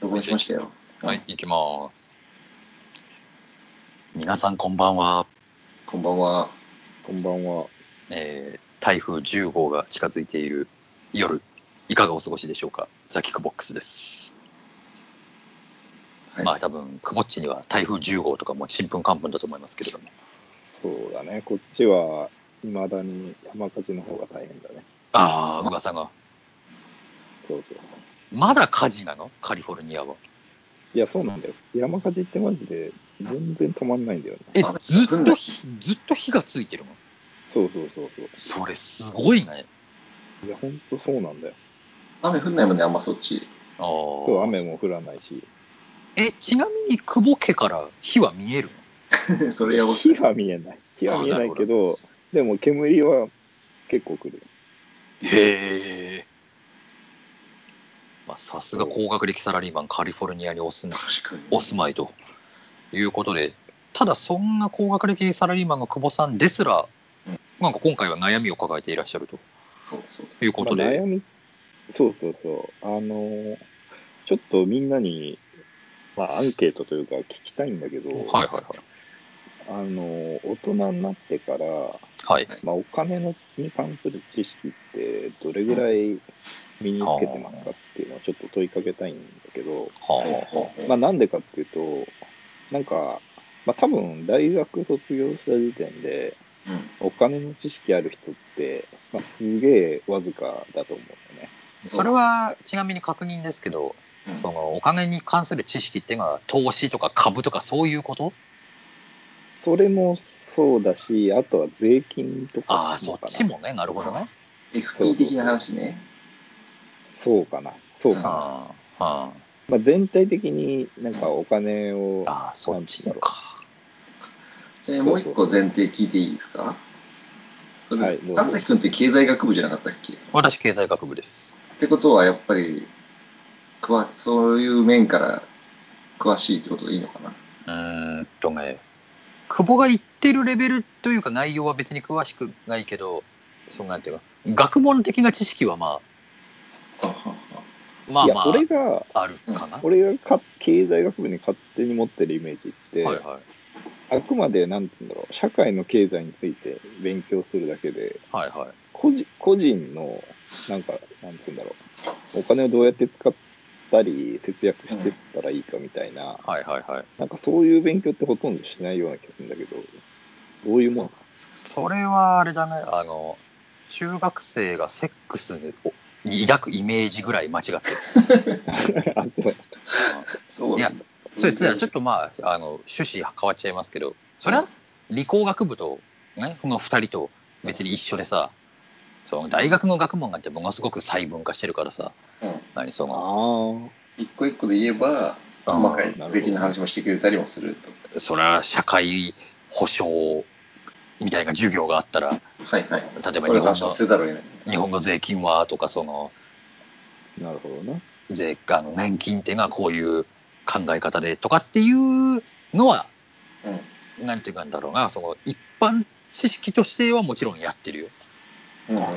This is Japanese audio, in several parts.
録音しましたよ。はい、行きます。皆さんこんばんは。こんばんは。こんばんは。えー台風10号が近づいている夜、いかがお過ごしでしょうかザキックボックスです。はいまあ多分、くぼっちには台風10号とかもちんぷんかんぷんだと思いますけれども。そうだね。こっちは、未だに山火事の方が大変だね。ああ、噂が。そうそう。まだ火事なのカリフォルニアは。いや、そうなんだよ。山火事ってマジで、全然止まんないんだよね。えあ、ずっなんだとひ、ずっと火がついてるのそうそうそうそう。それすごいね。いや、ほんとそうなんだよ。雨降んないもんね、あんまそっち。 ああ。そう、雨も降らないし。え、ちなみに久保家から火は見えるのそれやばく火は見えない。火は見えないけど、でも煙は結構来る。へえ。まあ、さすが高学歴サラリーマン、カリフォルニアにお住ん確かに。お住まいということで、ただそんな高学歴サラリーマンの久保さんですらうん、なんか今回は悩みを抱えていらっしゃるとそうそう。いうことまあで悩、み、そうそうそう。あのーちょっとみんなに、まあ、アンケートというか聞きたいんだけど、はいはいあのー大人になってから、はい。はい。まあ、お金のに関する知識ってどれぐらい身につけてますかっていうのをちょっと問いかけたいんだけど、はほうほうまあ、なんでかっていうとなんか、まあ、多分大学卒業した時点でうん。お金の知識ある人って、まあ、すげえわずかだと思うんだよね。あ、それはちなみに確認ですけど、うんそのお金に関する知識っていうのは投資とか株とかそういうことそれもそうだし、あとは税金とかああ、そっちもね、なるほどね。 FP 的な話ね。そうかな。そうかな。ああ、あまあ、全体的になんかお金を、あ、ああそっちか。ちなみにもう一個前提聞いていいですかそはいれ、どうぞ神崎君って経済学部じゃなかったっけっ私、経済学部です。てことは、やっぱり、くわそういう面から詳しいってことでいいのかなうーんとね、久保が言ってるレベルというか内容は別に詳しくないけど、そうなんていうか、学問的な知識はまあはあ、まあいや、ま俺があ、あるかな。俺がか経済学部に勝手に持ってるイメージって、はいはい。あくまでなんつうんだろう社会の経済について勉強するだけではいはい。個人個人のなんかなんつうんだろうお金をどうやって使ったり節約してったらいいかみたいな、はいはいはい。なんかそういう勉強ってほとんどしないような気がするんだけどどうい うもんそれはあれだね、あの、中学生がセックスをに抱くイメージぐらい間違ってる。あそうそうなんだ。それじゃあちょっとまああの趣旨変わっちゃいますけどそれは理工学部と、ね、この2人と別に一緒でさその大学の学問なんてものすごく細分化してるからさうん何そのあ一個一個で言えば、あー細かい税金の話もしてくれたりもすると。それは社会保障みたいな授業があったらはいはい。例えそばういう日本の話をせざるを得ない。日本の税金はとかそのあなるほどな税あの年金っていうのはこういう考え方でとかっていうのはうん。なんていうんだろうなその一般知識としてはもちろんやってるよ。うんそうなんだ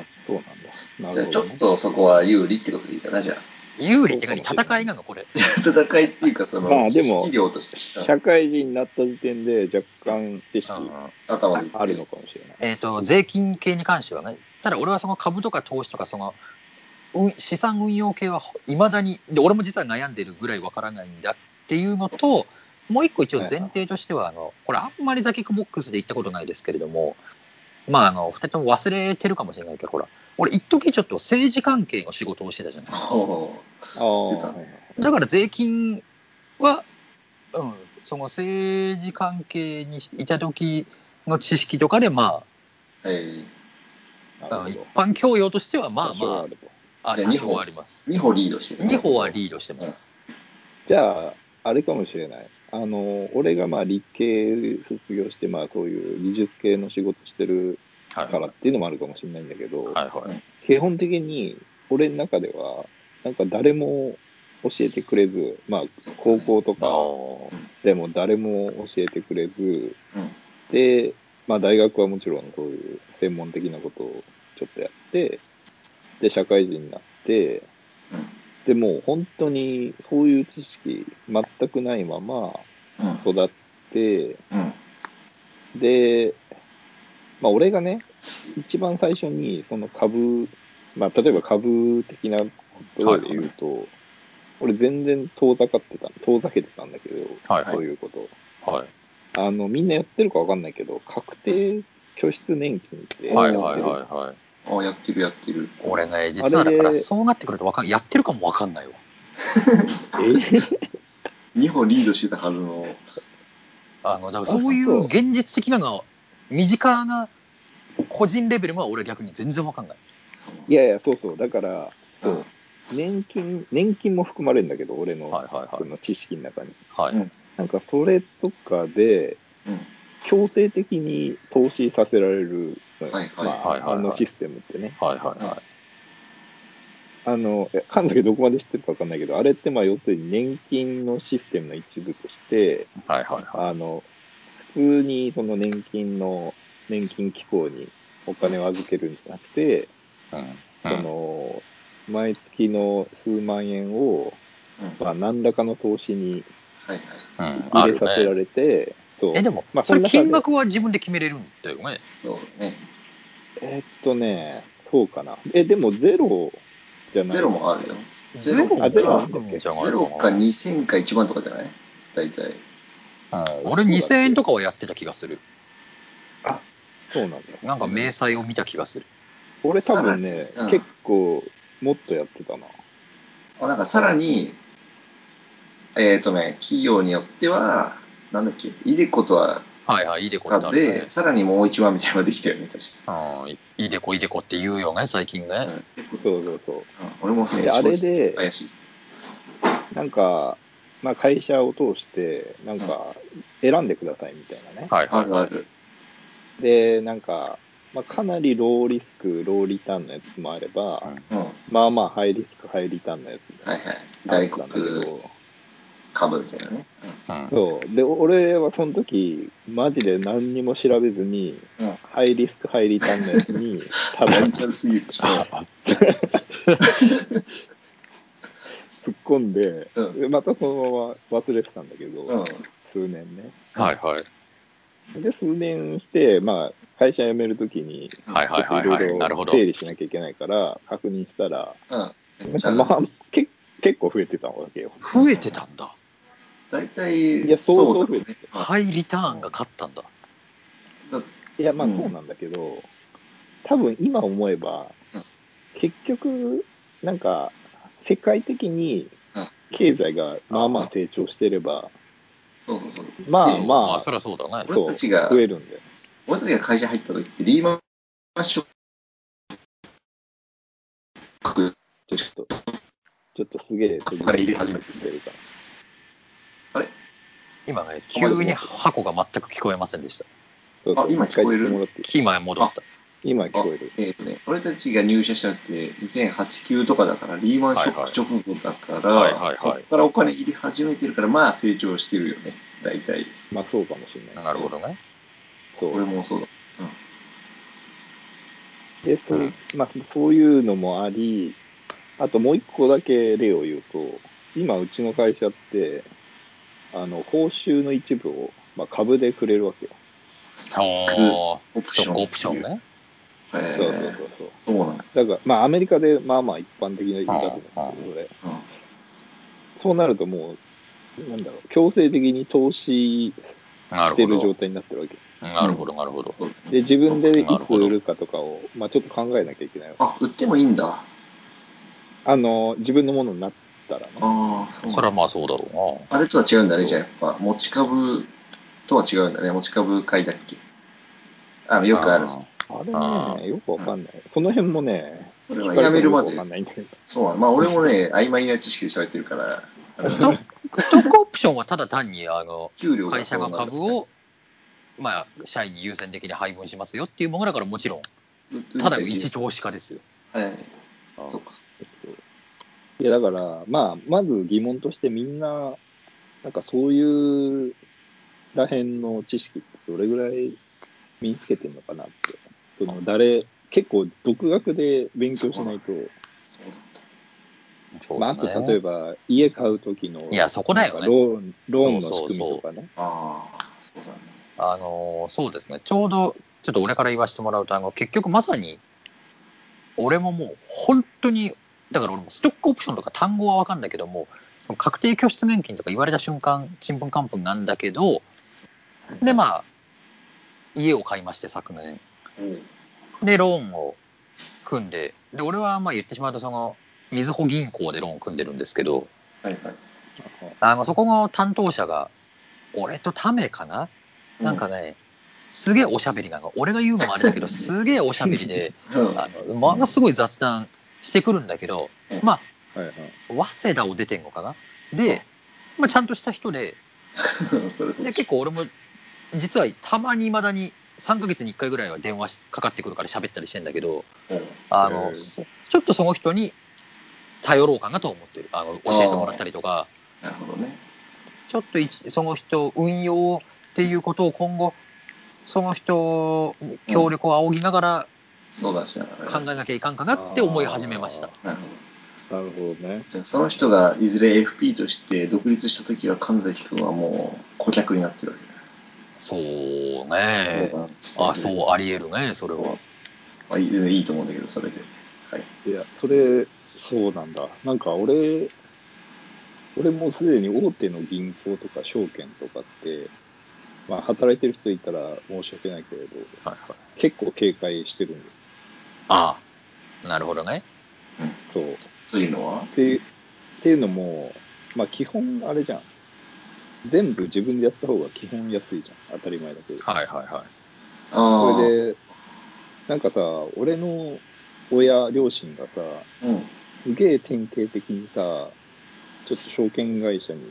じなゃあるほちょど、っね、とそこは有利ってことでいいかな、じゃあ。有利ってかに戦いなのこれ。戦いっていうか、その、まあで知も識量として、社会人になった時点で若干知識うん頭であるのかもしれないえー、と税金系に関してはね、ただ俺はその株とか投資とかその、うん資産運用系はいまだにで、俺も実は悩んでるぐらいわからないんだっていうのと、もう一個一応前提としては、あのこれ、あんまりザキックボックスで言ったことないですけれども、まあ、あの2人とも忘れてるかもしれないけど、ほら、俺、一時ちょっと政治関係の仕事をしてたじゃない。おあーしてたはいはいだから税金は、うん、その政治関係にいた時の知識とかで、まあ、ーえなるあほの一ど般教養としてはまあ多少まるとああじゃあ多二歩少ありますー、2歩リードしてる。 2歩はリードしてますじゃあ、あれかもしれない。あの、俺がまあ理系卒業して、まあそういう技術系の仕事してるはいからっていうのもあるかもしれないんだけど、はいはい基本的に俺の中では、なんか誰も教えてくれず、まあそう高校とあかでも誰も教えてくれず、うん。で、まあ大学はもちろんそういう専門的なことをちょっとやって、で、社会人になって、うんでもう本当にそういう知識全くないままうん。育って、うん。で、まあ、俺がね、一番最初にその株、まあ、例えば株的なことで言うと、俺全然遠ざかってた、遠ざけてたんだけど、はいはいそういうこと。はい。あの、みんなやってるかわかんないけど、確定拠出年金って、はいはいはいはい。あ、やってるやってる。俺ね、実はだから、そうなってくるとわかん、やってるかもわかんないわ。え2歩リードしてたはずの。あの、だからそういう現実的なのが、身近な個人レベルも俺は逆に全然わかんない。そういやいや、そうそう、だから、うそんう、年金、年金も含まれるんだけど、俺の、はいはいはいその知識の中に。はい。なんか、それとかで、うん。強制的に投資させられるのよはいはいまはいはいああのシステムってね。はいはいはあの、え神崎どこまで知ってるかわかんないけど、あれって、まあ、要するに年金のシステムの一部として、い。はいはいはあの、普通にその年金の、年金機構にお金を預けるんじゃなくて、い。うん。その、毎月の数万円を、うん。まあ、何らかの投資にはいはい。うん。あ入るれさせらね。れて、そう。え、でも、まあそれこんな感じ金額は自分で決めれるんだよね。そうね。えーっとね、そうかな。え、でもゼロじゃないゼロもあるよ。ゼロあゼロあるんじゃないゼかロかな。 2000か1万とかじゃない大体。うん俺2000円とかはやってた気がする。そうなんだ。なんか明細を見た気がする。俺多分ね、うん結構もっとやってたな。あなんかさらに、えっ、とね、企業によっては、なんだっけ、イデコとは、はいはい、いでこってかあるよで、ね。さらにもう1万みたいなのができたよね、確うん、いいでこいでこって言うよね、最近か。ね。そうそうそうん俺もね、であれで正直怪しい。う。なんか、まあ、会社を通して、なんか、選んでくださいみたいなね。はいあはいるある。で、なんか、まあ、かなりローリスク、ローリターンのやつもあれば、うんうん。はいまあまあ、ハイリスク、ハイリターンのやつもはい。あ外ったんだけ国ど、株みたいなね。はい。そう。で、俺はその時、マジで何にも調べずに、うんハイリスク、ハイリターンのやつ に、たうん。だやんちゃすぎるでしょ。突っ込んで、うんでまたそのまま忘れてたんだけど、うん。数年ね。はいはい。で、数年して、まあ、会社辞めるときに、はいはいはいちょっとはい。いなるほろいろど。整理しなきゃいけないから、確認したら、うん。めっなんちかゃまあ、け結構増えてたわけよ。増えてたんだ。大体、いや、相当増だえよてね。た。ハイリターンが勝ったんだ。だいや、まあうんそうなんだけど、多分今思えば、うん結局、なんか、世界的にうん経済がまあまあ成長してれば、そうそうそう。まあでままあ、あ、そりゃそうだね。そう、俺たちが増えるんだよ。俺たちが会社入った時って、リーマンショックちょっと、ちょっとすげえ、ちょっとから入れ始めてるから。今ね、急に箱が全く聞こえませんでした。そうそうあ今聞こえる一回言ってもらっていい今へ戻った。今聞こえる。えっ、とね、俺たちが入社したのって2008、9とかだから、リーマンショック直後だから、はいはいはいはそこいからお金入れ始めてるから、まあ成長してるよね、大体。まあそうかもしれない。なるほどね。そ俺う。もそうだ。で、そううんまあ、そういうのもあり、あともう一個だけ例を言うと、今、うちの会社って、あの、報酬の一部を、まあ、株でくれるわけよ。スタックおー、オプシション。ョンオプション。ね。えー、そうそうそうそう。そうなんだ。だから、まあ、アメリカで、まあまあ一般的な言い方だけど、それ。うんそうなるともう、なんだろう、強制的に投資なしるてほる状ど。態になってるわけ。なるほど、なるほど。そうだねで、自分でいなるつほど売るかとかを、まあ、ちょっと考えなきゃいけないわけ。あ、売ってもいいんだ。ああの、自分のものになったらね。あ、そうそなんだれはまあそうだろうな。あれとは違うんだね、そうじゃあやっぱ、持ち株とは違うんだね、持ち株買いだっけ。あの、よくある。ああれーね、よくわかんない。その辺もね、それはやめるまよでくわか。んないんだけど。そうなんまあ俺もね、曖昧な知識で喋ってるから、あのストック、ストックオプションはただ単に、あ の、給料会社がそうなんです株ねを、まあ、社員に優先的に配分しますよっていうものだから、もちろん、ただの一投資家ですよ。はい。そっかそいや、だから、まあ、まず疑問としてみんな、なんかそういうらへんの知識ってどれぐらい身につけてるのかなって。その誰、結構独学で勉強しないとそうだっそうまあ、だあねと例えば家買う時のいやそこだよねなんかローンローンの仕組みとかねああ、そうだね。あのーそうですね、ちょうど、ちょっと俺から言わせてもらうと、あの結局まさに、俺ももう本当に、だから俺もストックオプションとか単語は分かんないけども、その確定拠出年金とか言われた瞬間、ちんぷんかんぷんなんだけど、で、まあ、家を買いまして、昨年。で、ローンを組んで、で、俺はまあ言ってしまうと、その、みずほ銀行でローンを組んでるんですけど、はいはい。あのそこの担当者が、俺とタメかななんかね、すげえおしゃべりなの。俺が言うのもあれだけ ど、すげえおしゃべりで、うん、うん、あの、ものすごい雑談してくるんだけど、まはいはいあ、早稲田を出てんのかなで、まあ、ちゃんとした人で、 それそで、れ。結構俺も、実はたまに未だに3ヶ月に1回ぐらいは電話しかかってくるから喋ったりしてんだけど、うんあうの、んちょっとその人に頼ろうかなと思ってる。あの、教えてもらったりとか、なるほどね。ちょっと一その人運用っていうことを今後、その人に協力を仰ぎながらそうだしながら。考えなきゃいかんかなって思い始めました。なるほど。なるほどねじゃあその人がいずれ FP として独立したときは神崎君はもう顧客になってるわけだ。そうねそうだあ、そうあり得るね、それは。まあ、いいいいと思うんだけど、それで。はい。いやそれそうなんだなんか俺俺もうすでに大手の銀行とか証券とかってまあ働いてる人いたら申し訳ないけれどはいはい、結構警戒してるんでああ、なるほどね。すそうというのはっていうっていうのも、まあ、基本あれじゃん全部自分でやった方が基本安いじゃん当たり前だけどはいはいはあそれでなんかさ俺の親両親がさで、うん、すげえ典型的にさちょっと証券会社に、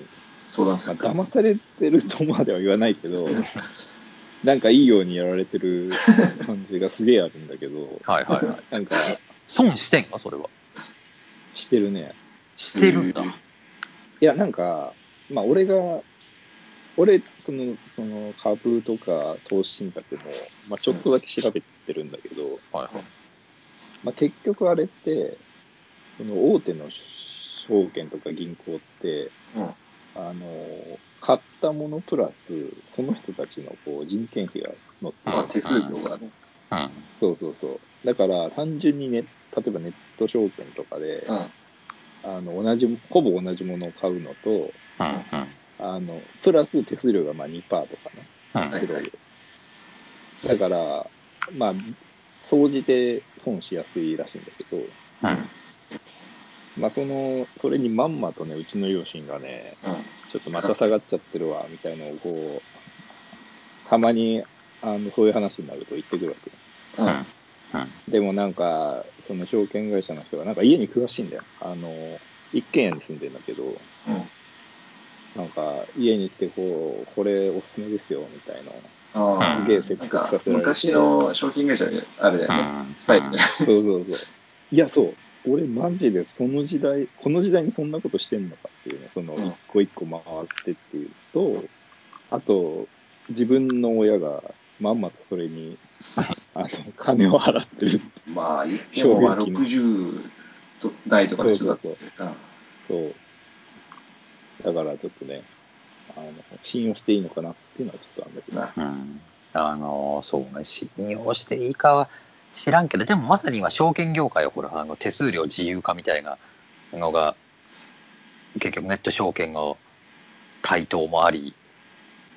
相談すまあ、る。騙されてるとまでは言わないけどなんかいいようにやられてる感じがすげえあるんだけどい。はいはいはい。なんか損してんのそれは。してるねしてるんだ。うはんいいや、なんか、まあ、俺が、俺、その、その、株とか投資信託も、まあ、ちょっとだけ調べてるんだけど、はい。まあ、結局あれって、その大手の証券とか銀行って、うん。あの、買ったものプラス、その人たちのこう人件費が乗ってるまあ、手数料がね。うん。そうそうそう。だから、単純にね、例えばネット証券とかでう、ん。あの、同じ、ほぼ同じものを買うのと、うん。うん。あの、プラス手数料がまあ2%とかね。うん。はいはいだから、まあ、総じて損しやすいらしいんだけど、うん。まあ、その、それにまんまとね、うちの両親がね、うん。ちょっとまた下がっちゃってるわ、みたいのをこう、たまに、あの、そういう話になると言ってくるわけよ。うん。うん。うん。でもなんか、その証券会社の人が、なんか家に詳しいんだよ。あの、一軒家に住んでんだけど、うん。なんか、家に来てこう、これおすすめですよ、みたいな。あすあげえ説なん得かさせられて。昔の証券会社、あれだよね、スタイルね。そうそう そう。いや、そう。俺、マジで、その時代、この時代にそんなことしてんのかっていうね、その、うん一個一個回ってっていうと、あと、自分の親が、まんまとそ れに、あの、金を払ってるってまあ、言ってもまあ衝撃の60と代とかの人だって。そううんと、だからちょっとね、あの、信用していいのかなっていうのはちょっとあんだけど。なうんあのそうね、信用していいかは知らんけど、でもまさに今、証券業界はほら、あの手数料自由化みたいなのが、結局ネット証券の台頭もあり、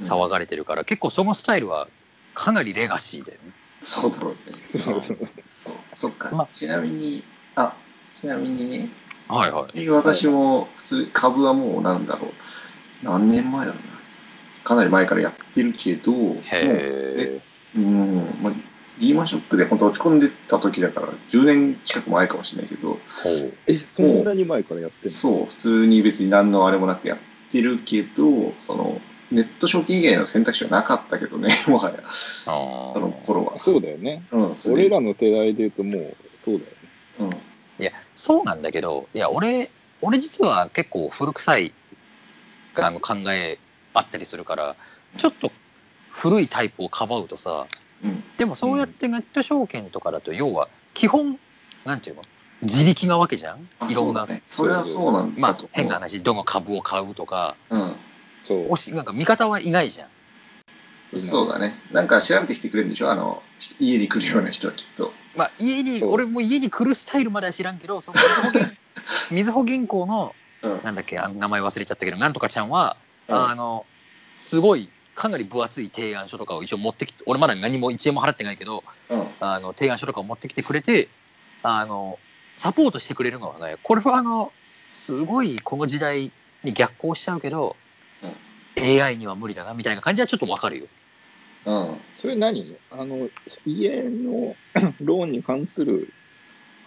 騒がれてるから、結構そのスタイルはかなりレガシーだよね。そうだろうね。そうそう。そうそっか、まちなみに、あちなみにね、はいはい。私も普通、株はもうなんだろう、何年前だろうな、かなり前からやってるけど、もうえうへん、まあ、リーマンショックで本当落ち込んでた時だから、10年近く前かもしれないけど、ーほう。 え、そんなに前からやってんのそう、普通に別に何のあれもなくやってるけど、そのネット証券以外の選択肢はなかったけどね、 もはや、あーその頃は。そうだよね。うん、すでに俺らの世代で言うと、もう、そうだよね。うん、いや、そうなんだけど、いや、俺、俺実は結構古臭いあの考えあったりするから、ちょっと古いタイプをかばうとさ、うん、でもそうやってネット証券とかだと、要は基本、なんていうの、自力なわけじゃんあいそろんな、うだね。それはそうなんだまあと思う。変な話どの株を買うとかそうおしなんか味方はいないじゃんうん。そうだね。なんか調べてきてくれるんでしょあの、家に来るような人はきっと。まあ家にそう俺も家に来るスタイルまでは知らんけどそのみず ほ銀みずほ銀行のうん。なんだっけあの名前忘れちゃったけどなんとかちゃんは、うんあのすごいかなり分厚い提案書とかを一応持ってきて俺まだ何も1円も払ってないけどうん。あの提案書とかを持ってきてくれてあのサポートしてくれるのはねこれはあのすごいこの時代に逆行しちゃうけど、AI には無理だなみたいな感じはちょっとわかるよ。うん。それ何あの、家の ローンに関する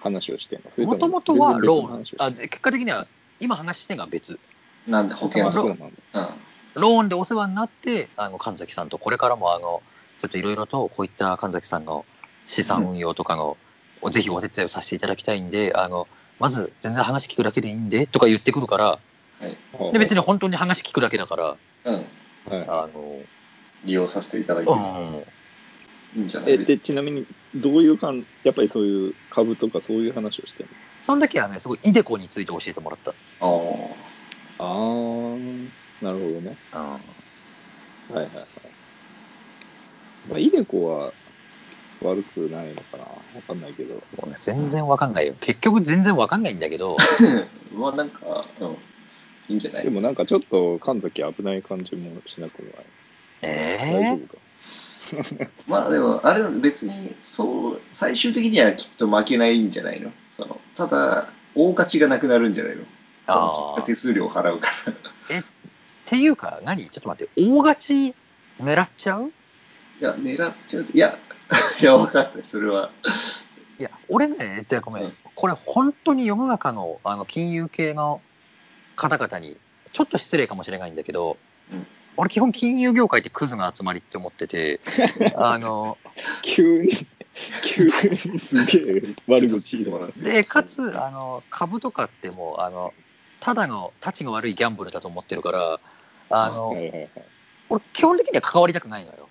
話をしてるのそれもともとはローンあで結果的には今話してるのは別なんで保保険険の。ロうん。ーンなんだ。ローンでお世話になって、あの、神崎さんとこれからも、あの、ちょっといろいろと、こういった神崎さんの資産運用とかの、ぜひお手伝いをさせていただきたいんで、あの、まず、全然話聞くだけでいいんで、とか言ってくるから、で、別に。に本当に話聞くだけだから、うん。はいあの、利用させていただいてうん、いいんじゃないえ、で、ちなみに、どういうかん、やっぱりそういう株とかそういう話をしてるその時はね、すごい、イデコについて教えてもらった。ああ。のあー、なるほどね。うん、はいはいはい。まあ、イデコは悪くないのかなわかんないけど。もうね、全然わかんないよ。結局、全然わかんないんだけど、まあなんか、うん。いいんじゃないでもなんかちょっと神崎危ない感じもしなくもない。大え丈夫か。まあでも、あれだ別に、そう、最終的にはきっと負けないんじゃないのその、ただ、大勝ちがなくなるんじゃないのそのあー手数料を払うから。っていうか、何ちょっと待って、大勝ち狙っちゃういや、狙っちゃうと、いや、 いや、分かった、それは。いや、俺ね、てかごめん、うんこれ本当に世の中のあの金融系の方々に、ちょっと失礼かもしれないんだけど、うん俺基本金融業界ってクズの集まりって思っ てて、あの、急に、 急にすげえ悪口言います。で、かつ、あの、株とかってもう、あの、ただのたちの悪いギャンブルだと思ってるから、あの、はいはいはい。俺基本的には関わりたくないのよ。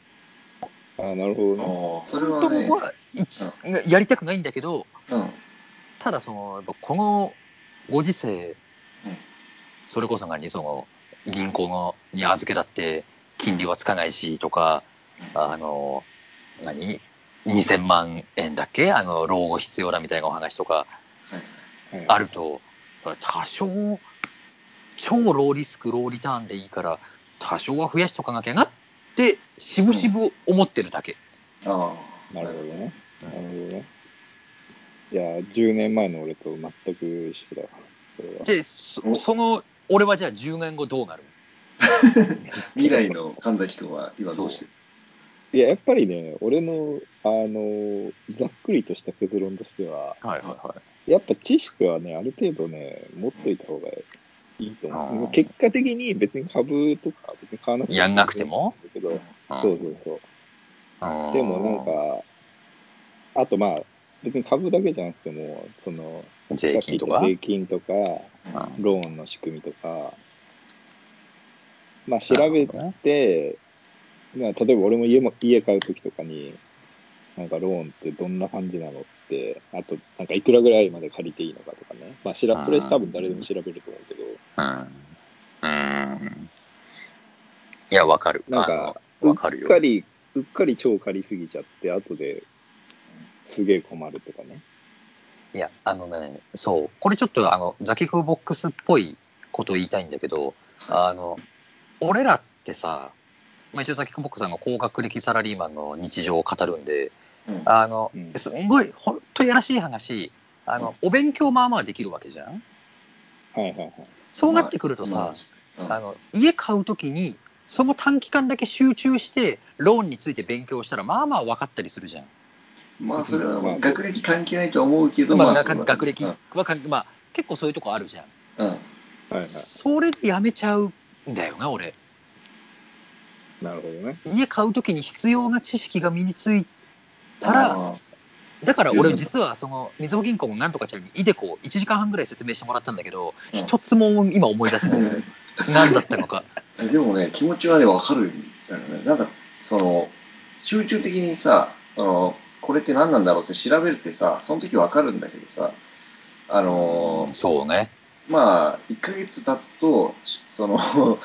あーなるほどあね。ーそれは本ね当、は、一やりたくないんだけど、うん、ただそのやっぱこのご時世、うんそれこそ何その銀行のに預けだって金利はつかないしとかあの何2000万円だっけあの老後必要だみたいなお話とかはいはいあると多少超ローリスクローリターンでいいから多少は増やしとかなきゃなって渋々思ってるだけ、ああ、なるほどね。うんなるほどね。いや、10年前の俺と全く一緒だわ。それはでそおその俺はじゃあ10年後どうなる未来の神崎君は今どうしてるいや、やっぱりね、俺の、あの、ざっくりとした結論としては、はいはいはいやっぱ知識はね、ある程度ね、持っといた方がいいとあー思う。結果的に別に株とか、別に買わなくても。やんなくてもだけど、うんそうそうそう。ででもなんか、あとまあ、別に株だけじゃなくても、その、税金とかさっき言った税金とか、あローンの仕組みとか、まあ調べて、まあ、例えば俺も家も家買うときとかに、なんかローンってどんな感じなのって、あと、なんかいくらぐらいまで借りていいのかとかね。まあ、しらそれ多分誰でも調べると思うけど、うんうんいやわかるなんかあのわかるうっよかり、うっかり超借りすぎちゃって、後ですげえ困るとかね。いやあのねそうこれちょっとあのザキフボックスっぽいことを言いたいんだけどあの俺らってさ、まあ、一応ザキフボックスさんの高学歴サラリーマンの日常を語るんでうんあの、うんすんごい本当やらしい話あの、お勉強まあまあできるわけじゃんはいはいはい。そうなってくるとさ、うんあの家買うときにその短期間だけ集中してローンについて勉強したらまあまあ分かったりするじゃん。まあ、それはまあ学歴関係ないとは思うけど、ままあ、あ、学そうだ学歴うはん関係まあ結構そういうとこあるじゃん。うん、あはいはそれでやめちゃうんだよな俺。い。なるほどね。家買うときに必要な知識が身についたらーだから俺実はそのみずほ銀行もなんとかちゃんにイデコを1時間半ぐらい説明してもらったんだけどうん一つも今思い出せない うん何だったのか。えでもね、気持ちはね、わかるんだよね。なんか、その、集中的にさ、その、これって何なんだろうって調べるってさ、その時わかるんだけどさ、あのーそうね。まあ、1ヶ月経つと、その、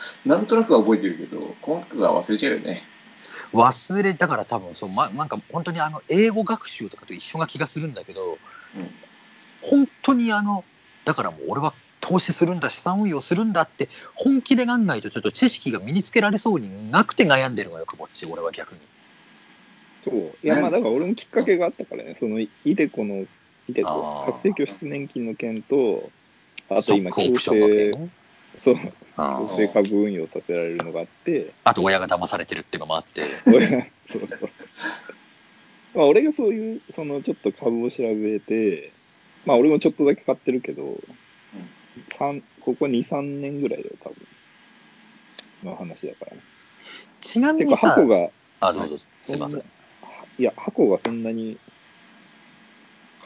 なんとなくは覚えてるけど、細かくは忘れちゃうよね。忘れ、だから多分そう、ま、なんか本当にあの、英語学習とかと一緒な気がするんだけど、うん本当にあの、だからもう俺は投資するんだ、資産運用するんだって、本気で考えないとちょっと知識が身につけられそうになくて悩んでるのよ、くぼっち、俺は逆に。そう。いや、ねまあ、だから俺のきっかけがあったからね、その、イデコの、イデあコー、確定拠出年金の件と、あストとッ今、クオ強プションの制件、ねそう、あ強ー制株運用させられるのがあ って、あと親が騙されてるっていうのもあって、俺そうそう。まあ、俺がそういう、その、ちょっと株を調べて、まあ、俺もちょっとだけ買ってるけど、三ここ2、3年ぐらいだよ、多分。の話だからね。ちなみてにか、さ、箱が、あ、どうぞ、すいません。いや、箱がそんなに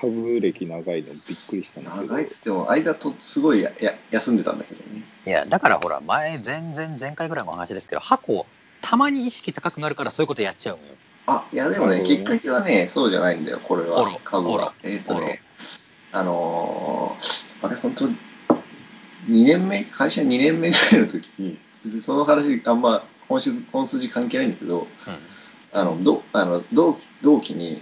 株歴長いのびっくりしたんだけど。長いっつっても、間とすごいやや休んでたんだけどね。いや、だからほら、前、前前前回ぐらいのお話ですけど、箱、たまに意識高くなるから、そういうことやっちゃうのよ。あ、いやでもなね、るほきどっかけはね、そうじゃないんだよ、これあらは。株あらは。えっ、とね、あのーあれ、本当2年目、会社2年目ぐらいの時に、別にその話、あんま本質本筋関係ないんだけど、あの、どあの同期同期に、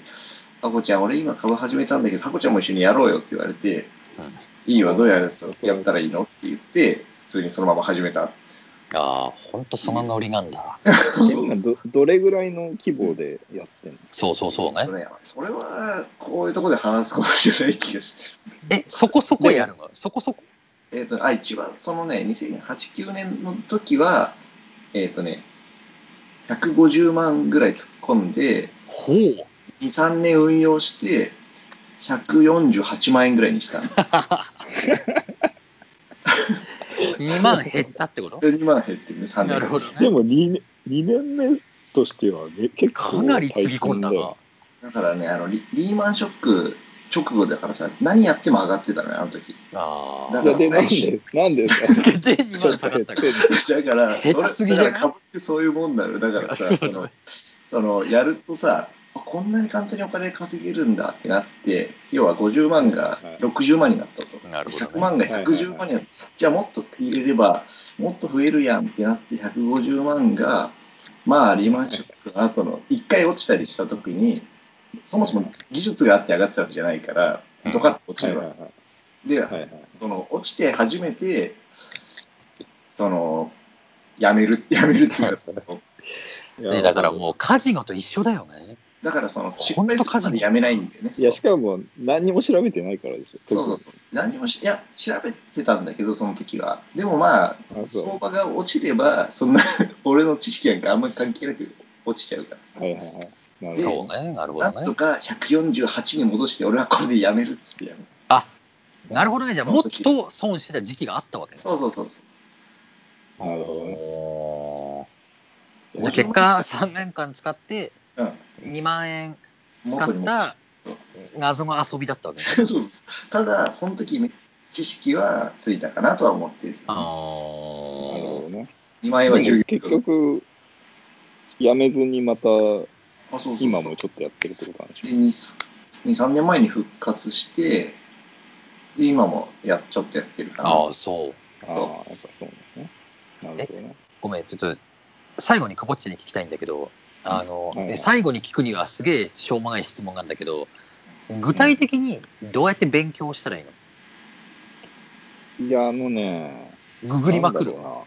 ハコちゃん、俺今株始めたんだけど、ハコちゃんも一緒にやろうよって言われて、うん。うん、いいわ、どうやるとそうやったらいいのって言って、普通にそのまま始めた。ああ、ほんとそのノリなんだ。今ど、どれぐらいの規模でやってんのそうそうそうね。それは、こういうとこで話すことじゃない気がしてる。え、そこそこやるのそこそこえっ、と、あ、一番、そのね、2008、9年の時は、えっ、とね、150万ぐらい突っ込んで、ほう。 2、3年運用して、148万円ぐらいにしたの。 2万減ったってことで2万減ってるね、3年。なるほどでね。も2年 ,2 年目としては、ね、結構かなりつぎ込んだ大変よな。だからね、あのリ、リーマンショック直後だからさ、何やっても上がってたのよ、あの時。あだあかいらやで、なんで、なん でさ、ー。で、2万下がったから。だから、下手すぎじそれだかゃないら株ってそういうもんなのよ。だからさ、その、そのやるとさ、あこんなに簡単にお金稼げるんだってなって、要は50万が60万になったと。なるほど100ね。万がはいはいはい110万になって、じゃあもっと入れれば、もっと増えるやんってなって、150万が、まあ、リーマンショックの後の1回落ちたりした時に、そもそも技術があって上がってたわけじゃないからうん、ドカッと落ちはいるはいわはけ。で、いはいはい。その落ちて初めて、その、やめる、 やめるっていう か、そのいやね、だからもうカジノと一緒だよね。だからその、失ほん敗とするカジノまでやめないんだよね。いや、しかも、何にも調べてないからでしょ。そうそうそう。何もし、いや、調べてたんだけど、その時は。でもまあ、あそう相場が落ちれば、そんな、 俺の知識なんかあんまり関係なく落ちちゃうからさ。はいはいはい。なるほど。そうね。なるほなんどとね。か148に戻して、俺はこれでやめるっつってやめる。あなるほどね。じゃあ、もっと損してた時期があったわけね。そうそうそうそう。なるほほどねじゃあ、結果3年間使ってうん。 2万円使元にっ戻たす謎の遊びだったわけね。 そうそうそう。ただ、その時、知識はついたかなとは思ってる。あなるほーどね。 2万円は従業結局、やめずにまた、あ、そうそうそう今もちょっとやってるってことなんでしょで2、3年前に復活して、で今もやっちょっとやってるかな。あー、そう。ああー、やっぱそうなんですね。なるほどね。ごめん、ちょっと、最後にくぼっちに聞きたいんだけど、あの、うんえ最後に聞くにはすげえしょうもない質問なんだけど、具体的にどうやって勉強したらいいのいや、あのね、ググりまくるなんだろ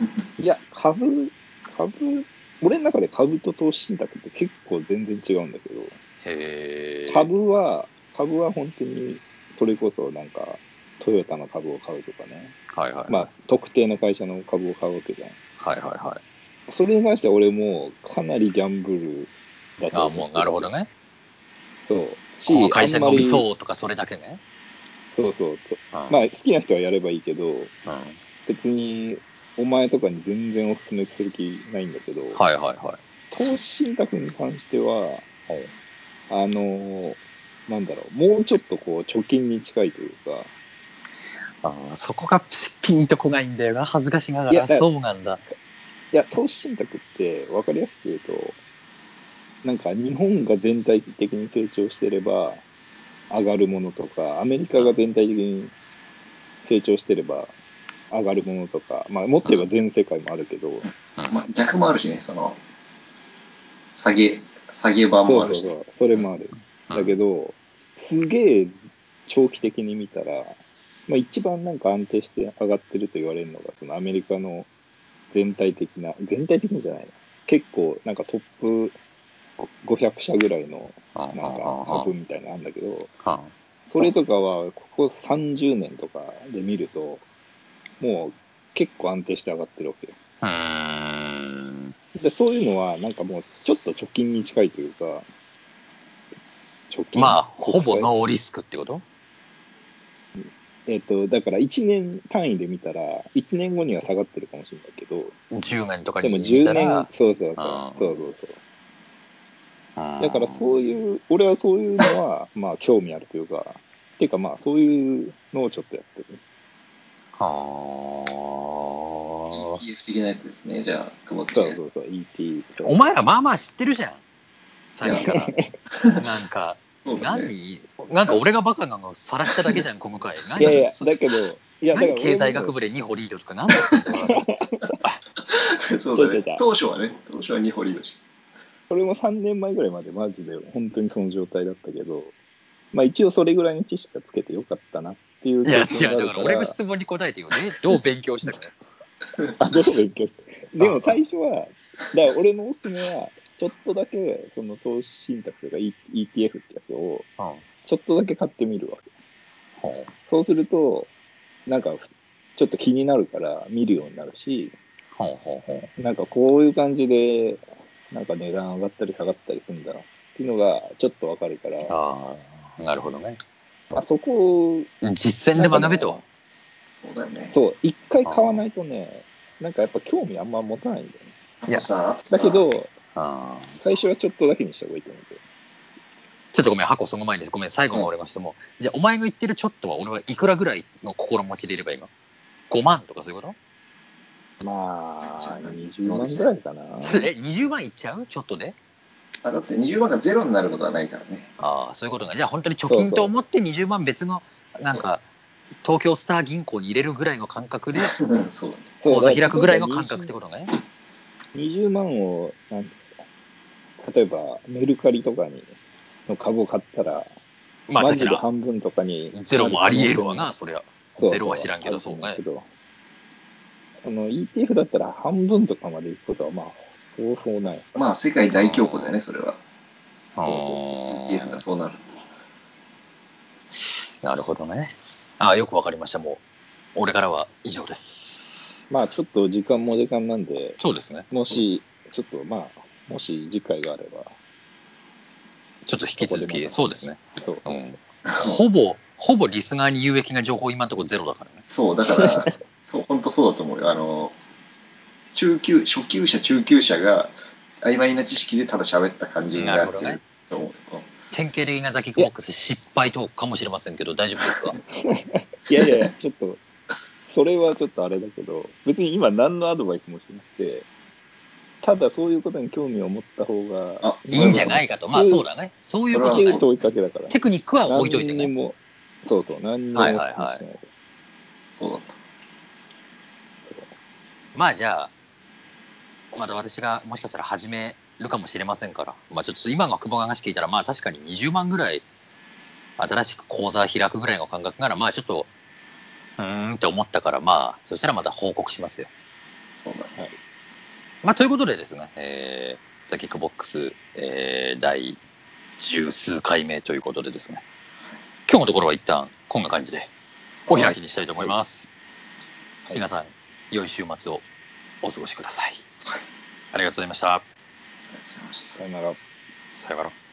うないや、株、株、俺の中で株と投資信託って結構全然違うんだけど、へえ。株は、株は本当に、それこそなんか、トヨタの株を買うとかね、はいはい。まあ、特定の会社の株を買うわけじゃん。はいはいはい。それに関しては俺もかなりギャンブルだあとあ、思もってうなるほど。ね。そう。この会社に伸びう。そうとか、それだけね。そうそうそう。ままあ、好きな人はやればいいけど、うん、別に、お前とかに全然お勧めする気ないんだけど、はいはいは投資信託に関しては、い。はい、あのーなんだろう、もうちょっとこう、貯金に近いというか、あーそこがピンとこないんだよな、恥ずかしながいやら。だからそうなんだ。いや、投資信託って、わかりやすく言うと、なんか日本が全体的に成長してれば、上がるものとか、アメリカが全体的に成長してれば上がるものとか、まあ、もっと言えば全世界もあるけど、まあ、逆もあるしね、その、下げ、下げ場もそあうるそし、うそう、それもある。うんだけど、すげえ長期的に見たら、まあ、一番なんか安定して上がってると言われるのが、そのアメリカの全体的な、全体的にじゃないな、結構なんかトップ500社ぐらいのあなんか株みたいなのあるんだけど、あそれとかはここ30年とかで見ると、もう結構安定して上がってるわけよ。ああうんでそういうのは、なんかもうちょっと貯金に近いというか、貯金まあ、ほぼ国債ノーリスクってことえっ、と、だから1年単位で見たら、1年後には下がってるかもしれないけど、 ?10 年とかでにも見10た年ら、、そうそうそうあ、ーそうそうそう。だだからそういう、俺はそういうのは、まあ興味あるというか、っていうかまあそういうのをちょっとやってる。はあ。 ETF 的なやつですね、じゃあ、久保田そさうそうそう、ET とか。お前らまあまあ知ってるじゃん。最初から。なんか、そうだね。何なんか俺がバカなのさらしただけじゃ ん、この回。何いやいや、そだけど、いや、だから何経済学部で2歩リードとか何だ ったんだよ。 そうだ違う違う違ねう。当初はね、当初はニホリヨシ。それも3年前ぐらいまでマジで本当にその状態だったけど、まあ一応それぐらいの知識はつけてよかったなっていういや、経違験う、があだるから俺の質問に答えてよね。どう勉強 したかね。あ、どう勉強して。 でも最初は、だから俺のおすすめは、ちょっとだけその投資信託とか E- ETF ってやつを、うんちょっとだけ買ってみるわけ。ほうそうすると、なんか、ちょっと気になるから見るようになるし、ほうほうほう。なんかこういう感じで、なんか値段上がったり下がったりするんだっていうのがちょっとわかるから、ああ、なるほどね。まあ、そこを、実践で学べと。そうだよね。そう、一回買わないとね、なんかやっぱ興味あんま持たないんだよね。いやさ、だけど、、ああ。最初はちょっとだけにした方がいいと思うけど。ちょっとごめん、箱その前です。ごめん、最後の俺の質問。じゃあ、お前の言ってるちょっとは、俺はいくらぐらいの心持ちでいればいいの ?5 万とかそういうこまあ、20万ぐらいかな。とえ、20万いっちゃうちょっとであだって20万がゼロになることはないからね。 ああ、そういうことね。じゃあ、本当に貯そう金そうと思って20万別の、なんか、東京スター銀行に入れるぐらいの感覚で、そうだね。口座開くぐらいの感覚ってことね。と ?20 万を、なんですか例えばメルカリとかにの株を買ったら、まあ、マだジかでら、半分とかに。ゼロもあり得るわな、そりゃ。そうそう。ゼロは知らんけどそうねあると思うけど。あの ETF だったら半分とかまでいくことは、まあ、そうそうない。まあ、世界大恐慌だよね、それは。うあ ETF があそうなる。なるほどね。ああ、よくわかりました。もう、俺からは以上です。まあ、ちょっと時間も時間なんで、そうですね。もし、ちょっとまあ、もし次回があれば、ちょっと引き続ここでまき、たそうですね。そうそうう。んほぼ、ほぼリスナーに有益な情報、今のところゼロだからね。そう、だ から、そう、本当そうだと思うよ。あの、中級、初級者、中級者が、曖昧な知識でただ喋った感じになってなるると思う。典型的なザキックボックス失敗トークかもしれませんけど、大丈夫ですかいやいや、ちょっと、それはちょっとあれだけど、別に今何のアドバイスもしてなくて、ただそういうことに興味を持った方があ、いいんじゃないいかと。まあそうだね。そういうことそれは系ねそ。問いかけだから。テクニックは置いといて何にね。も、そうそう、何にもはいはいはいしてないそうだった。まあじゃあ、また私がもしかしたら始めるかもしれませんから。まあちょっと今の久保が話聞いたら、まあ確かに20万ぐらい、新しく口座開くぐらいの感覚なら、まあちょっと、うーんって思ったから、まあ、そしたらまた報告しますよ。そうだね。まあ、ということでですね、えー、ザ・キックボックス、えー、第十数回目ということでですね、今日のところは一旦こんな感じでお開きにしたいと思います。はい皆さん、良い週末をお過ごしください。ありがとうございました。ありがとうございましたさよなら。さようなら。